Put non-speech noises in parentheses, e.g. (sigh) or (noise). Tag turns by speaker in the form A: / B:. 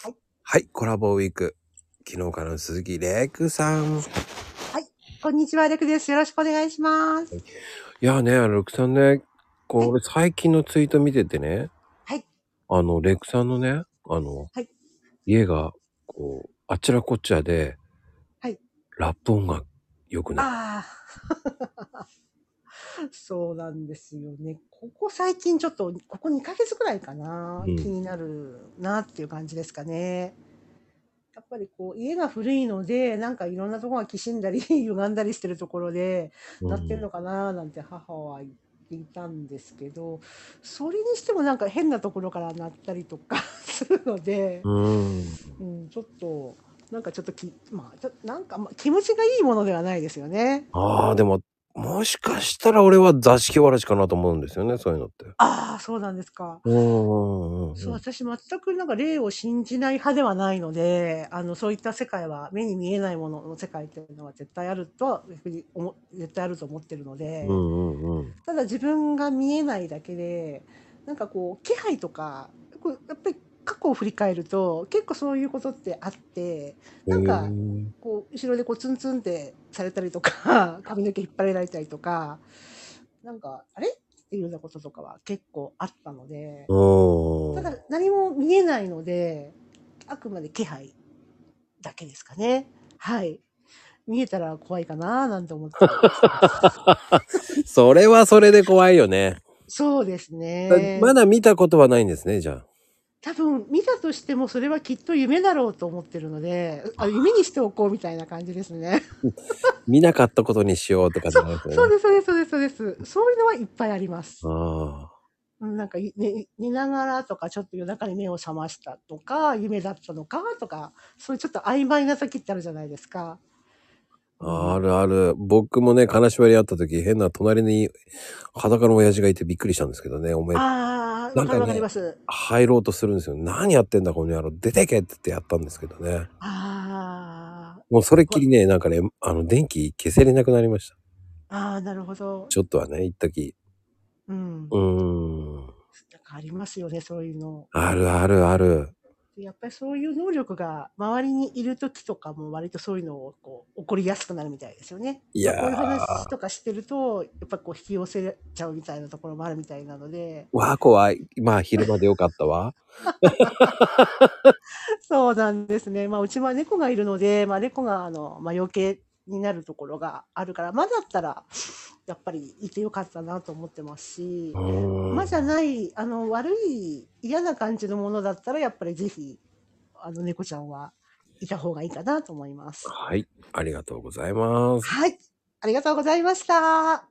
A: はい、コラボウィーク。昨日からの鈴木レイクさん。い
B: こんにちは、レクです。よろしくお願いします。
A: やね、レクさんね、これ
B: はい
A: 最近のツイート見ててね、
B: はい。
A: あの、レイクさんのね、あの、
B: はい
A: 家が、こう、あちらこちらで、
B: はい
A: ラップ音楽良くない。
B: ああ。 (laughs) そうなんですよね。ここ最近ちょっと、ここ2ヶ月くらいかな、
A: うん
B: 気になるなっていう感じですかね。やっぱりこう、家が古いので、なんかいろんなところがきしんだり、 (laughs) 歪んだりしてるところで、なってるのかななんて母は言っていたんですけど、それにしてもなんか変なところから鳴ったりとか (laughs) するので、
A: うん。うん
B: うん、ちょっと、なんかちょっとき、まあ、ちょなんか、まあ、気持ちがいいものではないですよね。
A: ああ、でも、もしかしたら俺は座敷わらしかなと思うんですよね、そういうのって。
B: ああ、そうなんですか。
A: うんうんうんうん。
B: そう、私全くなんか霊を信じない派ではないので、あの、そういった世界は、目に見えないものの世界っていうのは絶対あるとは、逆に思絶対あると思ってるので、
A: うんうんうん。
B: ただ自分が見えないだけで、なんかこう、気配とか、こうやっぱり過去を振り返ると、結構そういうことってあって、なんか
A: へー
B: こう後ろでこうツンツンってされたり
A: (laughs)
B: とか髪の毛引っ張られたりとかなんかあれっていうようなこととかは結構あったので
A: うん。
B: ただ何も見えないのであくまで気配だけですかねはい見えたら怖いかななんて思
A: (laughs)
B: ってます
A: それはそれで怖いよね。
B: そうですね
A: まだ見たことはないんですね、じゃあ。
B: 多分見たとしてもそれはきっと夢だろうと思ってるのであ夢にしておこうみたいな感じですね
A: 見なかったことにしようとかじゃなくて、ね。
B: そうですそうですそうですそうですそういうのはいっぱいあります
A: あ
B: うんなんかい、ね、寝ながらとか、ちょっと夜中に目を覚ましたとか、夢だったのかとか、そういうちょっと曖昧な時ってあるじゃないですか。
A: あ。あるある。僕もね、金縛りあった時、変な隣に裸の親父がいてびっくりしたんですけどね、お前、
B: ああ、
A: な
B: わ
A: んかね
B: かるわかります。
A: 入ろうとするんですよ。何やってんだ、この野郎。出てけって言ってやったんですけどね。
B: あ
A: もうそれっきりね、なんかね、あの、電気消せれなくなりました。
B: あ、ああ、なるほど。
A: ちょっとはね、一時。
B: うん。
A: うーん。
B: なんかありますよね、そういうの。
A: あるあるある。
B: やっぱりそういう能力が周りにいる時とかも割とそういうのをこう起こりやすくなるみたいですよね。
A: いや
B: こうい
A: ー
B: う話。とかしてると、やっぱこう引き寄せちゃうみたいなところもあるみたいなので。
A: わあ、怖い。まあ、昼間でよかったわ。
B: そうなんですね。まあ、うちは猫がいるので、まあ、猫が、あの、まあ、余計になるところがあるから、まだったら、やっぱりいてよかったなと思ってますし、まあじゃない、あの、悪い、嫌な感じのものだったら、やっぱりぜひ、あの、猫ちゃんはいた方がいいかなと思います。
A: はい。ありがとうございます。
B: はい。ありがとうございました。